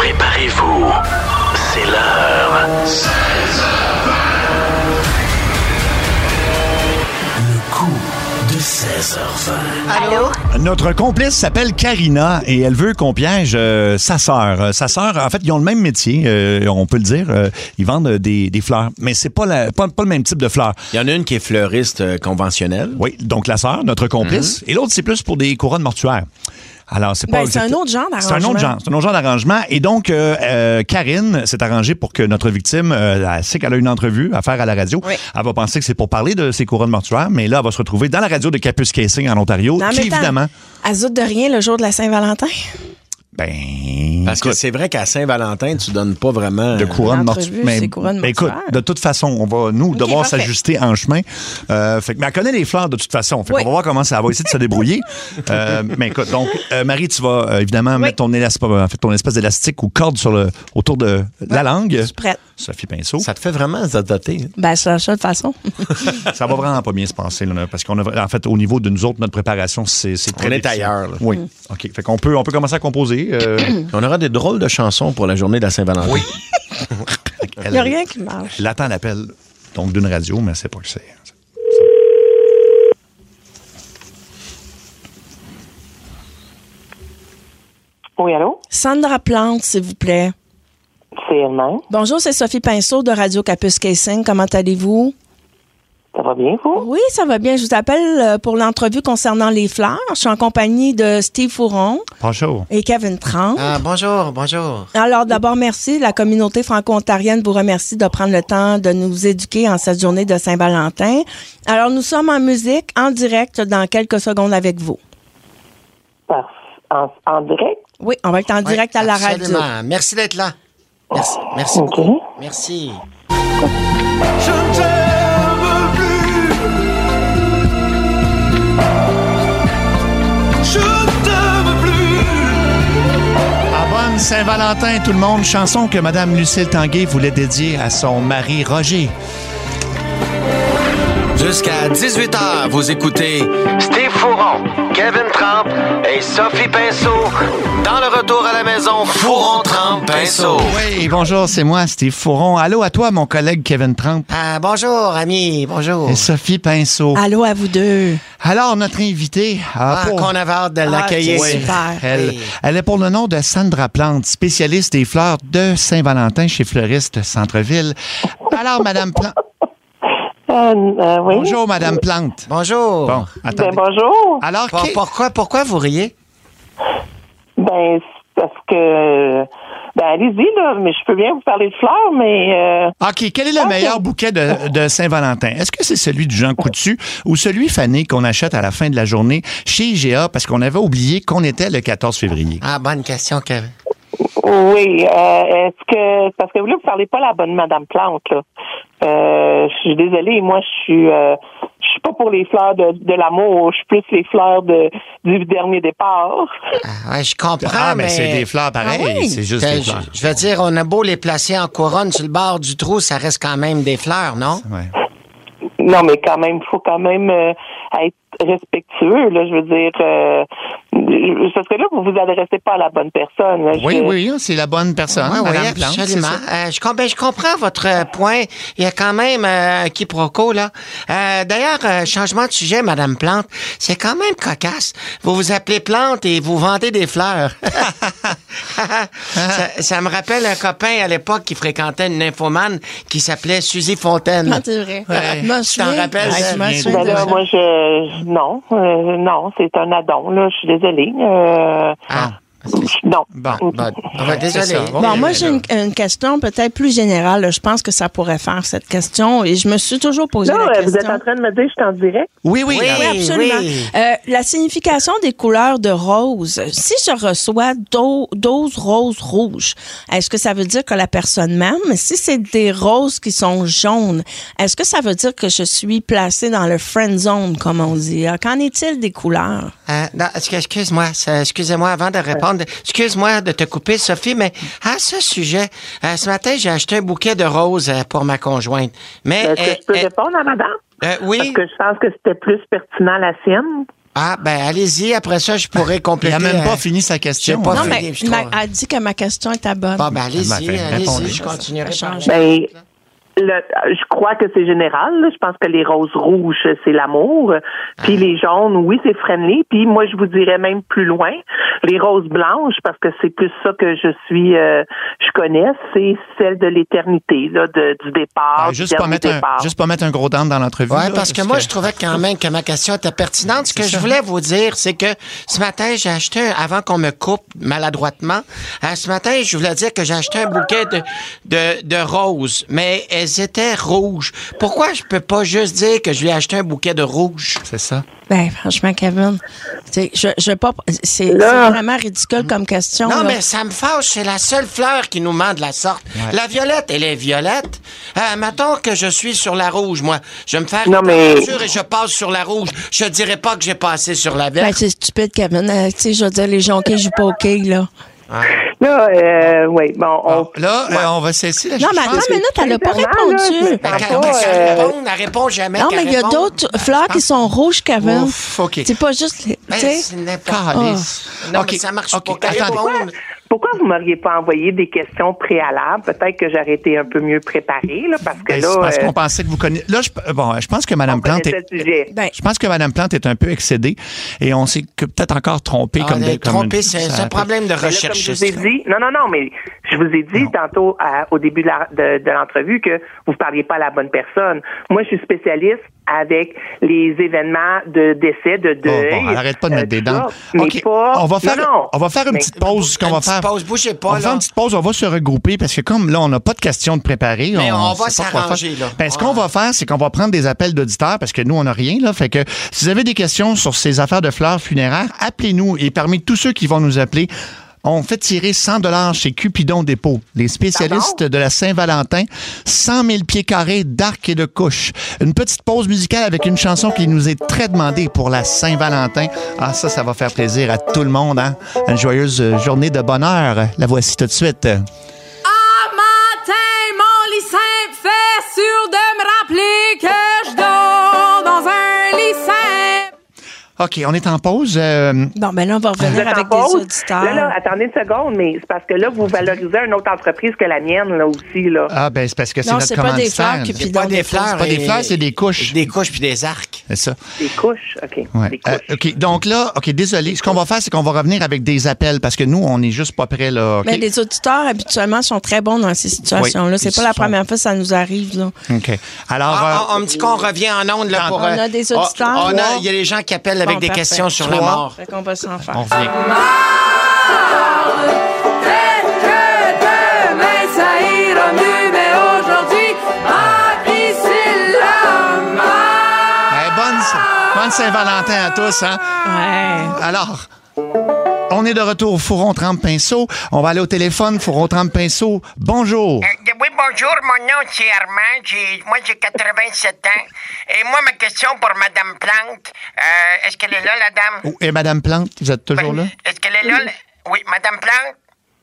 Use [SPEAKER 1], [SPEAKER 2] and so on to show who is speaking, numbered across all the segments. [SPEAKER 1] Préparez-vous, c'est l'heure. Le coup de 16h20.
[SPEAKER 2] Allô?
[SPEAKER 3] Notre complice s'appelle Karina et elle veut qu'on piège euh, sa sœur. Euh, sa sœur, en fait, ils ont le même métier, euh, on peut le dire. Euh, ils vendent euh, des, des fleurs, mais c'est pas, la- pas, pas le même type de fleurs.
[SPEAKER 4] Il y en a une qui est fleuriste euh, conventionnelle.
[SPEAKER 3] Oui, donc la sœur, notre
[SPEAKER 4] Mhm.
[SPEAKER 3] complice, et l'autre, c'est plus pour des couronnes mortuaires. Alors, c'est pas
[SPEAKER 5] Ben, c'est un
[SPEAKER 3] exact-
[SPEAKER 5] autre genre
[SPEAKER 3] C'est un autre
[SPEAKER 5] d'arrangement.
[SPEAKER 3] genre, c'est un autre genre d'arrangement. Et donc, euh, euh, Karine s'est arrangée pour que notre victime, euh, elle sait qu'elle a une entrevue à faire à la radio.
[SPEAKER 5] Oui.
[SPEAKER 3] Elle va penser que c'est pour parler de ses couronnes mortuaires, mais là, elle va se retrouver dans la radio de Capus Casing en Ontario,
[SPEAKER 5] Non,
[SPEAKER 3] qui,
[SPEAKER 5] mais attends,
[SPEAKER 3] évidemment,
[SPEAKER 5] Elle se doute de rien le jour de la Saint-Valentin.
[SPEAKER 3] ben...
[SPEAKER 4] Parce que c'est vrai qu'à Saint-Valentin, tu donnes pas vraiment. euh,
[SPEAKER 3] de couronne
[SPEAKER 5] Euh, L'entrevue,
[SPEAKER 3] mortu- mais-
[SPEAKER 5] c'est couronne
[SPEAKER 3] mais écoute,
[SPEAKER 5] mortuaire.
[SPEAKER 3] de toute façon, on va nous devoir
[SPEAKER 5] parfait.
[SPEAKER 3] s'ajuster en chemin. Euh, fait que, mais elle connaît les fleurs de toute façon. Fait
[SPEAKER 5] Oui.
[SPEAKER 3] qu'on va voir comment ça va essayer de se débrouiller. Euh, mais écoute, donc euh, Marie, tu vas euh, évidemment mettre ton, élas- en fait, ton espèce d'élastique ou corde sur le, autour de la langue.
[SPEAKER 5] prête.
[SPEAKER 3] Sophie Pinceau. Ça,
[SPEAKER 4] Ça te fait vraiment zadoter. hein.
[SPEAKER 5] Ben, c'est la seule façon.
[SPEAKER 3] ça va vraiment pas bien se passer, là, parce qu'on a, en fait, au niveau de nous autres, notre préparation, c'est c'est très
[SPEAKER 4] On est
[SPEAKER 3] déficient.
[SPEAKER 4] ailleurs, là.
[SPEAKER 5] Mm.
[SPEAKER 3] Oui. OK. Fait qu'on peut, on peut commencer à composer. euh,
[SPEAKER 4] On aura des drôles de chansons pour la journée de la Saint-Valentin. Oui.
[SPEAKER 5] Il n'y a rien qui marche.
[SPEAKER 3] Elle attend l'appel, donc d'une radio, mais c'est pas que c'est.
[SPEAKER 6] Oui, allô?
[SPEAKER 5] Sandra Plante, s'il vous plaît.
[SPEAKER 6] C'est elle-même.
[SPEAKER 5] Bonjour, c'est Sophie Pinceau de Radio Capus Casing. Comment allez-vous?
[SPEAKER 6] Ça va bien, vous?
[SPEAKER 5] Oui, ça va bien. Je vous appelle euh, pour l'entrevue concernant les fleurs. Je suis en compagnie de Steve Fouron
[SPEAKER 3] Pas chaud.
[SPEAKER 5] et Kevin Trant.
[SPEAKER 3] Ah.
[SPEAKER 7] Ah, bonjour, bonjour.
[SPEAKER 5] Alors, d'abord, merci. La communauté franco-ontarienne vous remercie de prendre le temps de nous éduquer en cette journée de Saint-Valentin. Alors, nous sommes en musique, en direct, dans quelques secondes avec vous.
[SPEAKER 6] Par- En, en direct?
[SPEAKER 5] Oui, on va être en direct à la radio.
[SPEAKER 7] Merci d'être là. Merci, merci
[SPEAKER 6] OK. Euh,
[SPEAKER 7] beaucoup. Merci.
[SPEAKER 3] À bonne Saint-Valentin, tout le monde. Chanson que Madame Lucille Tanguay voulait dédier à son mari Roger.
[SPEAKER 7] Jusqu'à 18h, vous écoutez
[SPEAKER 1] Steve Fouron, Kevin Trempe et Sophie Pinceau dans le retour à la maison.
[SPEAKER 7] Fourron Trempe Pinceau.
[SPEAKER 3] Oui, bonjour, c'est moi, Steve Fouron. Allô à toi, mon collègue Kevin Tremp
[SPEAKER 7] Ah, bonjour, ami, bonjour.
[SPEAKER 3] et Sophie Pinceau.
[SPEAKER 5] Allô à vous deux.
[SPEAKER 3] Alors, notre invitée, ah,
[SPEAKER 7] Ah,
[SPEAKER 3] pour-
[SPEAKER 7] qu'on avait hâte de
[SPEAKER 5] c'est
[SPEAKER 7] l'accueillir.
[SPEAKER 5] super.
[SPEAKER 3] elle,
[SPEAKER 7] Oui.
[SPEAKER 3] elle est pour le nom de Sandra Plante, spécialiste des fleurs de Saint-Valentin chez Fleuriste Centre-Ville. Alors, Madame Plante.
[SPEAKER 6] Euh, euh, oui.
[SPEAKER 3] Bonjour, Madame Plante.
[SPEAKER 7] Bonjour.
[SPEAKER 3] Bon,
[SPEAKER 6] Ben,
[SPEAKER 3] attendez.
[SPEAKER 6] bonjour.
[SPEAKER 3] Alors,
[SPEAKER 7] Pour-
[SPEAKER 3] qu'est-
[SPEAKER 7] pourquoi, pourquoi vous riez?
[SPEAKER 4] Ah,
[SPEAKER 6] Ben, c'est parce que. Ben, allez-y, là. Mais je peux bien vous parler de fleurs, mais. euh,
[SPEAKER 3] OK. Quel est le
[SPEAKER 6] Ok.
[SPEAKER 3] meilleur bouquet de, de Saint-Valentin? Est-ce que c'est celui de Jean Coutu ou celui fané qu'on achète à la fin de la journée chez IGA parce qu'on avait oublié qu'on était le 14 février?
[SPEAKER 7] Ah, bonne question, Kevin.
[SPEAKER 6] oui. euh, Est-ce que. Parce que vous, là, vous parlez pas la bonne Madame Plante, là. Euh, je suis désolée, moi, je suis. euh, je suis pas pour les fleurs de, de l'amour. Je suis plus les fleurs de, du dernier départ.
[SPEAKER 7] Ah, ouais, je comprends, mais...
[SPEAKER 3] fleurs pareilles.
[SPEAKER 5] Ah oui?
[SPEAKER 3] C'est juste
[SPEAKER 7] Que Je, je veux dire, on a beau les placer en couronne sur le bord du trou, ça reste quand même des fleurs, non?
[SPEAKER 3] Ouais.
[SPEAKER 6] Non, mais quand même, faut quand même euh, être respectueux. Là, je veux dire, euh, je- parce que là, vous vous adressez pas à la bonne personne. là. Je-
[SPEAKER 3] Oui, oui, c'est la bonne personne.
[SPEAKER 7] Oui, oui,
[SPEAKER 3] Madame Plante, c'est
[SPEAKER 7] Ah, absolument.
[SPEAKER 3] ça.
[SPEAKER 7] Euh, je, com- ben, je comprends votre euh, point. Il y a quand même euh, un quiproquo, là. Euh, D'ailleurs, euh, changement de sujet, Madame Plante, c'est quand même cocasse. Vous vous appelez Plante et vous vendez des fleurs. ça, ça me rappelle un copain à l'époque qui fréquentait une nymphomane qui s'appelait Suzy Fontaine.
[SPEAKER 5] Ah, c'est vrai.
[SPEAKER 7] Ouais.
[SPEAKER 5] Je m'en
[SPEAKER 7] Tu t'en
[SPEAKER 5] souviens.
[SPEAKER 7] rappelles,
[SPEAKER 5] Ouais,
[SPEAKER 7] ça?
[SPEAKER 5] je m'en
[SPEAKER 3] Bien
[SPEAKER 5] souviens
[SPEAKER 6] Ben
[SPEAKER 5] de
[SPEAKER 6] là,
[SPEAKER 5] ça.
[SPEAKER 6] moi, je, je- non, euh, non, c'est un addon. Là, je suis désolée. euh,
[SPEAKER 7] Ah,
[SPEAKER 6] je- non.
[SPEAKER 3] Bon,
[SPEAKER 7] bon. Ah, ben,
[SPEAKER 3] C'est
[SPEAKER 7] désolé.
[SPEAKER 3] ça. Bon,
[SPEAKER 5] Bon, moi, j'ai une, une question peut-être plus générale. Je pense que ça pourrait faire cette question. Et je me suis toujours posé
[SPEAKER 6] Non,
[SPEAKER 5] la
[SPEAKER 6] euh,
[SPEAKER 5] question.
[SPEAKER 6] vous êtes en train de me dire que je suis en direct.
[SPEAKER 3] Oui, oui.
[SPEAKER 7] Oui.
[SPEAKER 5] Oui, absolument.
[SPEAKER 7] oui.
[SPEAKER 5] Euh, la signification des couleurs de rose. Si je reçois do- 12 roses rouges, est-ce que ça veut dire que la personne m'aime? Si c'est des roses qui sont jaunes, est-ce que ça veut dire que je suis placée dans le friend zone, comme on dit? Euh, Qu'en est-il des couleurs?
[SPEAKER 7] Euh, non, excu- excuse-moi, ça- excusez-moi avant de répondre. Excuse-moi de te couper, Sophie, mais à ce sujet, euh, ce matin, j'ai acheté un bouquet de roses euh, pour ma conjointe. Mais
[SPEAKER 5] Eh,
[SPEAKER 6] Est-ce que
[SPEAKER 7] euh,
[SPEAKER 6] je peux
[SPEAKER 7] euh,
[SPEAKER 6] répondre à madame?
[SPEAKER 7] euh,
[SPEAKER 6] Parce
[SPEAKER 7] oui,
[SPEAKER 6] que je pense que c'était plus pertinent la sienne.
[SPEAKER 7] Ah, ben, allez-y. Après ça, je pourrais
[SPEAKER 3] Il
[SPEAKER 7] compléter.
[SPEAKER 3] n'a même
[SPEAKER 7] euh,
[SPEAKER 3] pas fini sa question.
[SPEAKER 7] j'ai pas
[SPEAKER 3] hein.
[SPEAKER 5] Non, mais
[SPEAKER 7] je
[SPEAKER 5] ma-
[SPEAKER 7] trouve.
[SPEAKER 5] elle dit que ma question est à bonne.
[SPEAKER 7] Bon, ben, allez-y,
[SPEAKER 3] Ben, ben,
[SPEAKER 7] allez-y.
[SPEAKER 3] répondez.
[SPEAKER 7] Je continuerai.
[SPEAKER 5] Ça
[SPEAKER 7] par-
[SPEAKER 5] change.
[SPEAKER 6] Ben, le- je crois que c'est général. là. Je pense que les roses rouges, c'est l'amour. Puis
[SPEAKER 3] Ah.
[SPEAKER 6] les jaunes, oui, c'est friendly. Puis moi, je vous dirais même plus loin, les roses blanches, parce que c'est plus ça que je suis, euh, je connais, c'est celle de l'éternité, là, de- du départ.
[SPEAKER 3] Ah,
[SPEAKER 6] du
[SPEAKER 3] juste, pas
[SPEAKER 6] dernier
[SPEAKER 3] mettre un,
[SPEAKER 6] départ.
[SPEAKER 3] juste pas mettre un gros dent dans l'entrevue.
[SPEAKER 7] Oui,
[SPEAKER 3] là,
[SPEAKER 7] parce que moi, je trouvais quand même que ma question était pertinente. Ce que je voulais vous dire, c'est que ce matin, j'ai acheté, un- avant qu'on me coupe maladroitement, euh, ce matin, je voulais dire que j'ai acheté un bouquet de, de, de roses, mais elles étaient rouges. Pourquoi je peux pas juste dire que je lui ai acheté un bouquet de rouges?
[SPEAKER 3] C'est ça.
[SPEAKER 5] Ben, franchement, Kevin, tu sais, je, je veux pas. C'est c'est
[SPEAKER 6] Là.
[SPEAKER 5] vraiment ridicule comme question.
[SPEAKER 7] Non,
[SPEAKER 5] là.
[SPEAKER 7] mais ça me fâche. C'est la seule fleur qui nous ment de la sorte. La violette, elle est violette. Euh, mettons que je suis sur la rouge, moi. Je vais me faire
[SPEAKER 6] Non,
[SPEAKER 7] une
[SPEAKER 6] mais-
[SPEAKER 7] coiffure et je passe sur la rouge. Je dirais pas que j'ai passé sur la
[SPEAKER 5] Ben,
[SPEAKER 7] verte.
[SPEAKER 5] c'est stupide, Kevin. Euh, tu sais, je veux dire, les jonquets jouent pas au quai, là.
[SPEAKER 6] Là, euh, oui, bon, on-
[SPEAKER 3] Là, euh, on va cesser. Là,
[SPEAKER 5] Non,
[SPEAKER 3] je
[SPEAKER 5] mais
[SPEAKER 3] pense
[SPEAKER 5] attends une
[SPEAKER 3] que-
[SPEAKER 5] minute, elle a pas
[SPEAKER 6] Sincèrement, là, je me
[SPEAKER 5] répondu.
[SPEAKER 7] Ben,
[SPEAKER 6] sens
[SPEAKER 7] quand-
[SPEAKER 6] pas,
[SPEAKER 7] ben, si elle
[SPEAKER 6] euh,
[SPEAKER 7] répond, elle répond jamais.
[SPEAKER 5] Non,
[SPEAKER 7] qu'elle
[SPEAKER 5] mais il y a
[SPEAKER 7] réponde.
[SPEAKER 5] d'autres fleurs qui sont rouges, Kevin.
[SPEAKER 3] Ouf, OK.
[SPEAKER 5] C'est pas juste. les-
[SPEAKER 7] Ben,
[SPEAKER 5] tu sais. Ah.
[SPEAKER 7] c'est n'importe quoi.
[SPEAKER 3] Calice.
[SPEAKER 7] Non,
[SPEAKER 3] OK,
[SPEAKER 7] mais ça marche
[SPEAKER 3] OK,
[SPEAKER 7] pas. Qu'elle
[SPEAKER 3] attendez.
[SPEAKER 7] réponde.
[SPEAKER 6] Pourquoi vous m'auriez pas envoyé des questions préalables? Peut-être que j'aurais été un peu mieux préparée, là, parce que
[SPEAKER 3] Ben,
[SPEAKER 6] là,
[SPEAKER 3] c'est parce
[SPEAKER 6] euh,
[SPEAKER 3] qu'on pensait que vous connaissez. Là, je, euh, bon, je pense que Mme
[SPEAKER 6] on
[SPEAKER 3] Plante
[SPEAKER 6] connaissait
[SPEAKER 3] est.
[SPEAKER 6] le sujet.
[SPEAKER 5] Ben,
[SPEAKER 3] Je pense que Mme Plante est un peu excédée et on s'est que- peut-être encore trompé.
[SPEAKER 7] Ah,
[SPEAKER 3] comme des- comme
[SPEAKER 7] trompé,
[SPEAKER 3] une-
[SPEAKER 7] c'est
[SPEAKER 3] ça-
[SPEAKER 7] c'est un problème de
[SPEAKER 6] Mais là, comme
[SPEAKER 7] recherche.
[SPEAKER 6] je vous ai dit, non, non, non, mais je vous ai dit tantôt à- au début de la- de de l'entrevue que vous ne parliez pas à la bonne personne. Moi, je suis spécialiste avec les événements de décès, de deuil.
[SPEAKER 3] Oh, bon, elle arrête pas de mettre
[SPEAKER 6] euh,
[SPEAKER 3] des
[SPEAKER 6] tout
[SPEAKER 3] dents.
[SPEAKER 6] ça, mais
[SPEAKER 3] OK,
[SPEAKER 6] pas-
[SPEAKER 3] on va faire,
[SPEAKER 6] non, non.
[SPEAKER 3] On va faire une
[SPEAKER 6] Mais-
[SPEAKER 3] petite pause. ce qu'on
[SPEAKER 7] Une
[SPEAKER 3] va
[SPEAKER 7] petite
[SPEAKER 3] faire.
[SPEAKER 7] pause, bougez pas,
[SPEAKER 3] On va faire
[SPEAKER 7] là.
[SPEAKER 3] une petite pause, on va se regrouper parce que comme là, on n'a pas de questions de préparer.
[SPEAKER 7] Mais on va
[SPEAKER 3] sait pas quoi
[SPEAKER 7] s'arranger,
[SPEAKER 3] faire.
[SPEAKER 7] là.
[SPEAKER 3] Ben, ce
[SPEAKER 7] Ouais.
[SPEAKER 3] qu'on va faire, c'est qu'on va prendre des appels d'auditeurs parce que nous, on n'a rien, là. Fait que si vous avez des questions sur ces affaires de fleurs funéraires, appelez-nous et parmi tous ceux qui vont nous appeler, on fait tirer 100 dollars chez Cupidon Dépôt, les spécialistes de la Saint-Valentin, 100 000 pieds carrés d'arc et de couche. Une petite pause musicale avec une chanson qui nous est très demandée pour la Saint-Valentin. Ah, ça, ça va faire plaisir à tout le monde, hein? Une joyeuse euh, journée de bonheur. La voici tout de suite.
[SPEAKER 2] Ah, matin, mon lit simple fait sûr de me rappeler que je dors dans un lit simple.
[SPEAKER 3] OK, on est en pause. euh,
[SPEAKER 5] bon, ben là, on va
[SPEAKER 6] Vous
[SPEAKER 5] revenir
[SPEAKER 6] êtes en
[SPEAKER 5] avec des
[SPEAKER 6] pause?
[SPEAKER 5] auditeurs.
[SPEAKER 6] Là, là, attendez une seconde, mais c'est parce que là, vous valorisez une autre entreprise que la mienne, là aussi, là.
[SPEAKER 3] ah, ben, c'est parce que c'est
[SPEAKER 5] Non,
[SPEAKER 3] notre
[SPEAKER 5] c'est pas des fleurs
[SPEAKER 3] commanditaire.
[SPEAKER 5] Cupidon.
[SPEAKER 7] Pas
[SPEAKER 5] Dans
[SPEAKER 7] des
[SPEAKER 5] des
[SPEAKER 7] fleurs.
[SPEAKER 3] C'est pas des
[SPEAKER 7] et-
[SPEAKER 3] fleurs, c'est des couches.
[SPEAKER 7] Des couches puis des arcs.
[SPEAKER 3] C'est ça.
[SPEAKER 6] Des couches, OK.
[SPEAKER 3] Ouais.
[SPEAKER 6] Des couches.
[SPEAKER 3] Euh, OK, donc là, OK, désolé. Ce qu'on va faire, c'est qu'on va revenir avec des appels parce que nous, on n'est juste pas prêts, là. OK?
[SPEAKER 5] Mais les auditeurs, habituellement, sont très bons dans ces situations-là.
[SPEAKER 3] Oui,
[SPEAKER 5] c'est
[SPEAKER 3] ils
[SPEAKER 5] pas la
[SPEAKER 3] sont-
[SPEAKER 5] première fois que ça nous arrive, là.
[SPEAKER 3] OK. Alors,
[SPEAKER 7] Ah,
[SPEAKER 3] euh,
[SPEAKER 7] on, on me dit qu'on revient en onde là,
[SPEAKER 3] on
[SPEAKER 7] pour.
[SPEAKER 5] a
[SPEAKER 7] euh,
[SPEAKER 5] des auditeurs.
[SPEAKER 7] ah, on a-
[SPEAKER 5] Trois.
[SPEAKER 7] Il y a des gens qui appellent avec
[SPEAKER 5] Bon,
[SPEAKER 7] des
[SPEAKER 5] parfait.
[SPEAKER 7] questions sur la
[SPEAKER 3] Trois.
[SPEAKER 7] mort.
[SPEAKER 5] Fait qu'on va s'en faire.
[SPEAKER 3] on revient.
[SPEAKER 2] Peut-être que demain ça ira mieux, mais aujourd'hui, ma vie c'est la mort.
[SPEAKER 3] Eh, bonne, bonne Saint-Valentin à tous, hein?
[SPEAKER 5] Ouais.
[SPEAKER 3] Alors, on est de retour au Fourron Trempe Pinceau. On va aller au téléphone, Fourron Trempe Pinceau. Bonjour.
[SPEAKER 8] Euh, Oui, bonjour, mon nom c'est Armand, J'ai- moi j'ai 87 ans. Et moi, ma question pour Madame Plante, euh, est-ce qu'elle est là, la dame?
[SPEAKER 3] Oh, Et Madame Plante, vous êtes toujours là?
[SPEAKER 8] Est-ce qu'elle est là? la- Oui, Madame Plante?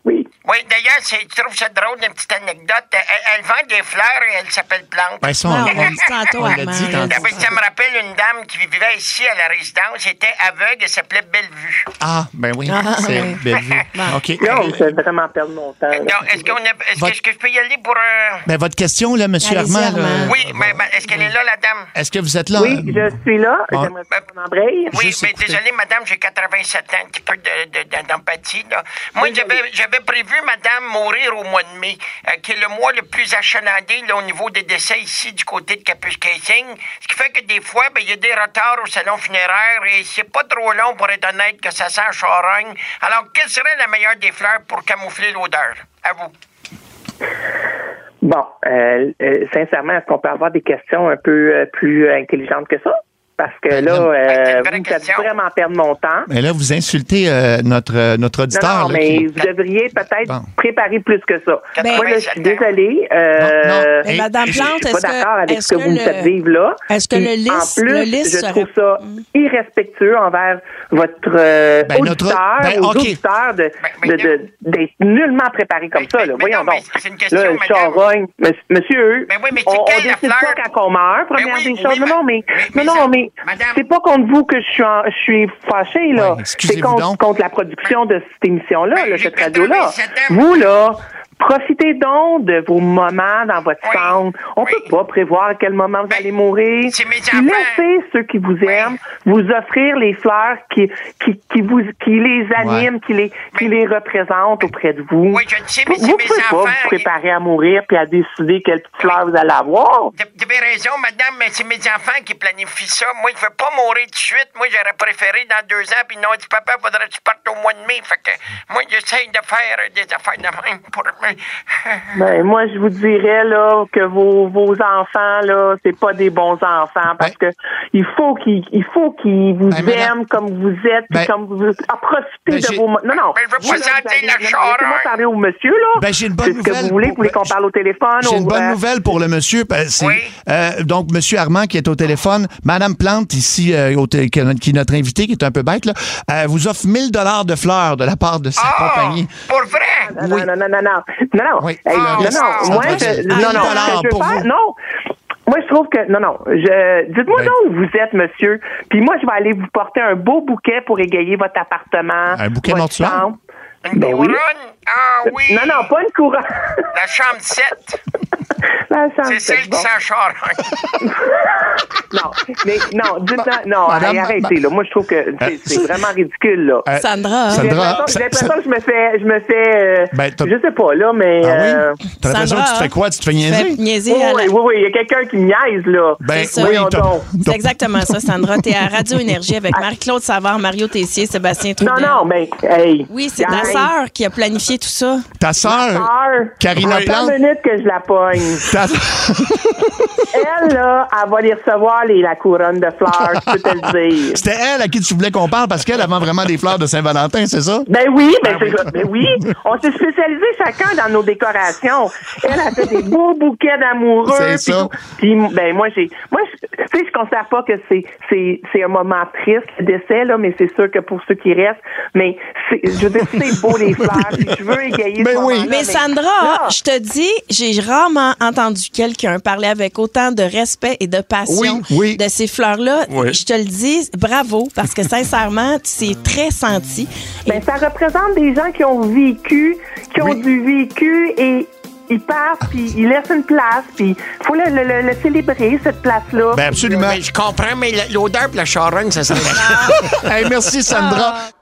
[SPEAKER 6] Oui.
[SPEAKER 8] Oui, d'ailleurs, c'est- je trouve ça drôle, une petite anecdote. Elle, elle vend des fleurs et elle s'appelle Plante.
[SPEAKER 3] Ben, ça, on-
[SPEAKER 5] Non, on
[SPEAKER 3] on-
[SPEAKER 5] l'a dit tantôt,
[SPEAKER 3] on l'a
[SPEAKER 5] Armand,
[SPEAKER 3] dit
[SPEAKER 5] là.
[SPEAKER 3] tantôt.
[SPEAKER 8] Ah oui, ça me rappelle une dame qui vivait ici à la résidence, était aveugle et s'appelait Bellevue.
[SPEAKER 3] Ah, ben oui,
[SPEAKER 5] Ah,
[SPEAKER 3] c'est
[SPEAKER 5] oui.
[SPEAKER 3] bien vu. OK.
[SPEAKER 6] Non, je vais vraiment perdre mon temps. là.
[SPEAKER 3] Ah.
[SPEAKER 8] Donc, est-ce qu'on a- est-ce que,
[SPEAKER 3] Votre-
[SPEAKER 8] est-ce que je peux y aller pour... euh,
[SPEAKER 3] Ben, votre question, là, Monsieur
[SPEAKER 5] Allez-y,
[SPEAKER 3] Armand. là,
[SPEAKER 5] Armand.
[SPEAKER 8] Oui, mais mais est-ce qu'elle est là, la dame?
[SPEAKER 3] Est-ce que vous êtes là?
[SPEAKER 6] Oui, je suis là.
[SPEAKER 3] Ah.
[SPEAKER 6] J'aimerais ça qu'on embraye.
[SPEAKER 8] Oui,
[SPEAKER 3] Juste
[SPEAKER 8] mais
[SPEAKER 3] écouter.
[SPEAKER 8] Ben, désolé, madame, j'ai 87 ans, un petit peu d'empathie. De, de- d'empathie, là. Moi, j'avais- j'avais prévu, madame, mourir au mois de mai, euh, qui est le mois le plus achalandé là, au niveau des décès ici du côté de Capus-Casing. Ce qui fait que des fois, ben, il y a des retards au salon funéraire et c'est pas trop long, pour être honnête, que ça sent charogne. Alors, quelle serait la meilleure des fleurs pour camoufler l'odeur? À vous.
[SPEAKER 6] Bon, euh, euh, sincèrement, est-ce qu'on peut avoir des questions un peu euh, plus intelligentes que ça? Parce que là,
[SPEAKER 8] c'est
[SPEAKER 6] euh, vous
[SPEAKER 8] Ben, une vraie
[SPEAKER 6] me faites
[SPEAKER 8] question.
[SPEAKER 6] vraiment perdre mon temps.
[SPEAKER 3] Mais là, vous insultez euh, notre, euh, notre auditeur.
[SPEAKER 6] Non, non,
[SPEAKER 3] là, qui-
[SPEAKER 6] mais vous devriez peut-être
[SPEAKER 3] Bon.
[SPEAKER 6] préparer plus que ça.
[SPEAKER 8] Ben-
[SPEAKER 6] Moi, là, je suis désolée. euh,
[SPEAKER 3] Non, non.
[SPEAKER 5] Mais
[SPEAKER 3] Et-
[SPEAKER 5] Madame
[SPEAKER 3] et je-
[SPEAKER 5] Plante,
[SPEAKER 6] Je suis pas
[SPEAKER 5] est-ce
[SPEAKER 6] d'accord
[SPEAKER 5] que,
[SPEAKER 6] avec
[SPEAKER 5] est-ce
[SPEAKER 6] ce que, vous me faites vivre là.
[SPEAKER 5] Est-ce que
[SPEAKER 6] Et
[SPEAKER 5] le liste,
[SPEAKER 6] en plus,
[SPEAKER 5] le liste
[SPEAKER 6] je
[SPEAKER 5] serait- Mm.
[SPEAKER 6] trouve ça irrespectueux envers votre euh,
[SPEAKER 3] Ben, notre-
[SPEAKER 6] auditeur,
[SPEAKER 3] ben,
[SPEAKER 6] aux
[SPEAKER 3] OK.
[SPEAKER 6] auditeurs de,
[SPEAKER 8] ben,
[SPEAKER 6] de- de- d'être nullement préparé comme
[SPEAKER 8] Ben,
[SPEAKER 6] ça.
[SPEAKER 8] ben,
[SPEAKER 6] Là.
[SPEAKER 8] ben,
[SPEAKER 6] Voyons
[SPEAKER 8] non, mais
[SPEAKER 6] donc.
[SPEAKER 8] c'est une question,
[SPEAKER 6] Là,
[SPEAKER 8] madame.
[SPEAKER 6] Charogne, mons- monsieur,
[SPEAKER 8] Ben oui, mais c'est
[SPEAKER 6] on, on
[SPEAKER 8] quelle
[SPEAKER 6] décide
[SPEAKER 8] fleur?
[SPEAKER 6] pas quand on meurt,
[SPEAKER 8] Ben
[SPEAKER 6] première
[SPEAKER 8] oui,
[SPEAKER 6] des choses.
[SPEAKER 8] oui,
[SPEAKER 6] non, non,
[SPEAKER 8] mais-
[SPEAKER 6] mais,
[SPEAKER 8] mais-
[SPEAKER 6] non, non,
[SPEAKER 8] mais-
[SPEAKER 6] mais écoutez,
[SPEAKER 8] Madame-
[SPEAKER 6] c'est pas contre vous que je suis, en- je suis fâchée, là.
[SPEAKER 3] Ouais,
[SPEAKER 6] c'est
[SPEAKER 3] excusez-vous
[SPEAKER 6] contre,
[SPEAKER 3] donc.
[SPEAKER 6] contre la production de cette émission-là,
[SPEAKER 8] Ben,
[SPEAKER 6] là,
[SPEAKER 8] j'ai
[SPEAKER 6] cette radio-là.
[SPEAKER 8] 87 ans.
[SPEAKER 6] Vous, là, profitez donc de vos moments dans votre
[SPEAKER 8] Oui.
[SPEAKER 6] chambre. On
[SPEAKER 8] Oui.
[SPEAKER 6] peut pas prévoir à quel moment vous
[SPEAKER 8] Ben,
[SPEAKER 6] allez mourir.
[SPEAKER 8] c'est mes
[SPEAKER 6] Puis
[SPEAKER 8] enfants.
[SPEAKER 6] Laissez ceux qui vous aiment vous offrir les fleurs qui, qui, qui, vous, qui les animent, qui, les, qui les représentent auprès de vous.
[SPEAKER 8] Oui, je le sais, mais
[SPEAKER 6] Vous-
[SPEAKER 8] c'est
[SPEAKER 6] vous
[SPEAKER 8] mes
[SPEAKER 6] pouvez
[SPEAKER 8] enfants,
[SPEAKER 6] pas vous
[SPEAKER 8] et-
[SPEAKER 6] préparer à mourir puis à décider quelle petite fleur vous allez avoir.
[SPEAKER 8] Vous avez raison, madame, mais c'est mes enfants qui planifient ça. Moi, je veux pas mourir tout de suite. Moi, j'aurais préféré dans deux ans, puis non, dit papa, faudrait que tu partes au mois de mai. Fait que moi, j'essaye de faire euh, des affaires de même pour
[SPEAKER 6] Ben, moi, je vous dirais là que vos, vos enfants là, c'est pas des bons enfants parce que il faut qu'ils il faut qu'ils vous
[SPEAKER 3] Ben, madame-
[SPEAKER 6] aiment comme vous êtes puis
[SPEAKER 3] Ben-
[SPEAKER 6] comme vous à profiter
[SPEAKER 3] Ben,
[SPEAKER 6] de
[SPEAKER 3] j'ai-
[SPEAKER 6] vos mo- non non
[SPEAKER 8] Ben, je veux
[SPEAKER 6] vous,
[SPEAKER 8] pas
[SPEAKER 6] là,
[SPEAKER 8] sentir
[SPEAKER 6] vous
[SPEAKER 8] la
[SPEAKER 6] avez-
[SPEAKER 8] charrue.
[SPEAKER 6] laissez-moi parler au monsieur là
[SPEAKER 3] Ben, j'ai une bonne
[SPEAKER 6] c'est ce que
[SPEAKER 3] nouvelle
[SPEAKER 6] vous voulez vous
[SPEAKER 3] pour-
[SPEAKER 6] voulez qu'on parle au téléphone
[SPEAKER 3] J'ai
[SPEAKER 6] au-
[SPEAKER 3] une bonne
[SPEAKER 6] euh,
[SPEAKER 3] nouvelle pour le monsieur. ben, c'est,
[SPEAKER 8] Oui.
[SPEAKER 3] euh, donc, monsieur Armand qui est au téléphone, madame Plante ici, euh, au tél- qui est notre invité, qui est un peu bête, là, euh, vous offre 1000 dollars de fleurs de la part de sa
[SPEAKER 8] Ah!
[SPEAKER 3] compagnie.
[SPEAKER 8] pour vrai?
[SPEAKER 6] Non, non, non, non, non. Non, non.
[SPEAKER 3] Oui.
[SPEAKER 6] Hey,
[SPEAKER 8] Ah,
[SPEAKER 6] non,
[SPEAKER 3] oui.
[SPEAKER 6] non. Moi,
[SPEAKER 3] Ah,
[SPEAKER 6] je,
[SPEAKER 3] oui.
[SPEAKER 6] non,
[SPEAKER 3] Ah,
[SPEAKER 6] non.
[SPEAKER 3] oui.
[SPEAKER 6] Ce que je veux
[SPEAKER 3] Pour
[SPEAKER 6] faire-
[SPEAKER 3] vous.
[SPEAKER 6] non. Moi, je trouve que, non, non, je, dites-moi
[SPEAKER 3] Ben.
[SPEAKER 6] donc où vous êtes, monsieur. Puis moi, je vais aller vous porter un beau bouquet pour égayer votre appartement.
[SPEAKER 3] Un bouquet
[SPEAKER 6] votre
[SPEAKER 3] mortuaire?
[SPEAKER 6] chambre.
[SPEAKER 8] Une
[SPEAKER 6] Ben oui.
[SPEAKER 8] couronne? Ah oui!
[SPEAKER 6] Non, non, pas une couronne.
[SPEAKER 8] La chambre 7,
[SPEAKER 6] La chambre,
[SPEAKER 8] c'est celle
[SPEAKER 6] bon.
[SPEAKER 8] qui s'en charge.
[SPEAKER 6] Non, mais, non, dites-moi, non,
[SPEAKER 3] Madame,
[SPEAKER 6] hey,
[SPEAKER 3] ma-
[SPEAKER 6] arrêtez, là. Moi, je trouve que c'est- c'est vraiment ridicule, là.
[SPEAKER 3] Euh,
[SPEAKER 5] Sandra,
[SPEAKER 3] Sandra,
[SPEAKER 6] J'ai l'impression j'ai
[SPEAKER 3] ça- ah
[SPEAKER 6] l'impression que je me fais, je me fais, euh,
[SPEAKER 3] Ben, t'as-
[SPEAKER 6] je sais pas, là, mais,
[SPEAKER 3] Ah
[SPEAKER 6] euh,
[SPEAKER 3] oui? T'as l'impression que
[SPEAKER 5] Sandra,
[SPEAKER 3] tu te fais quoi? Tu te fais
[SPEAKER 5] tu fais
[SPEAKER 3] niaiser?
[SPEAKER 5] niaiser
[SPEAKER 6] oui,
[SPEAKER 5] à la-
[SPEAKER 6] oui, oui, il y a quelqu'un qui me niaise, là.
[SPEAKER 3] Ben,
[SPEAKER 5] C'est ça.
[SPEAKER 3] oui,
[SPEAKER 6] Voyons
[SPEAKER 3] t'as-
[SPEAKER 6] donc.
[SPEAKER 5] C'est exactement ça, Sandra. T'es à Radio Énergie avec Marc-Claude Savard, Mario Tessier, Sébastien
[SPEAKER 6] Ah. Non,
[SPEAKER 5] Trudel.
[SPEAKER 6] non, mais, hey.
[SPEAKER 5] Oui, c'est ta
[SPEAKER 6] la
[SPEAKER 5] sœur qui a planifié tout ça.
[SPEAKER 3] ta sœur, Karina Plante,
[SPEAKER 6] minutes que je la pogne.
[SPEAKER 3] ta-
[SPEAKER 6] Elle, là, elle va les recevoir, les, la couronne de fleurs, je peux te le dire.
[SPEAKER 3] c'était elle à qui tu voulais qu'on parle parce qu'elle vend vraiment des fleurs de Saint-Valentin, c'est ça?
[SPEAKER 6] Ben oui, ben, c'est ça. ben oui, on s'est spécialisé chacun dans nos décorations. Elle a fait des beaux bouquets d'amoureux.
[SPEAKER 3] C'est
[SPEAKER 6] puis
[SPEAKER 3] ça.
[SPEAKER 6] tout. Puis ben moi j'ai, moi je- tu sais je considère pas que c'est c'est c'est un moment triste le décès là, mais c'est sûr que pour ceux qui restent, mais c'est, je veux dire c'est beau les fleurs. puis je veux égayer.
[SPEAKER 3] Ben
[SPEAKER 6] ce
[SPEAKER 3] oui.
[SPEAKER 6] moment-là,
[SPEAKER 5] Mais Sandra,
[SPEAKER 6] là,
[SPEAKER 5] je te dis, j'ai rarement entendu quelqu'un parler avec autant de respect et de passion
[SPEAKER 3] Oui, oui.
[SPEAKER 5] de ces fleurs-là.
[SPEAKER 3] Oui.
[SPEAKER 5] Je te le dis, bravo, parce que sincèrement, c'est très senti. Et
[SPEAKER 6] Ben, ça représente des gens qui ont vécu, qui ont du vécu et ils partent, puis ils laissent une place, puis il faut le, le- le- le célébrer, cette place-là.
[SPEAKER 3] Ben absolument.
[SPEAKER 7] je comprends, mais l'odeur et la charogne, ça serait...
[SPEAKER 3] Hey, merci Sandra.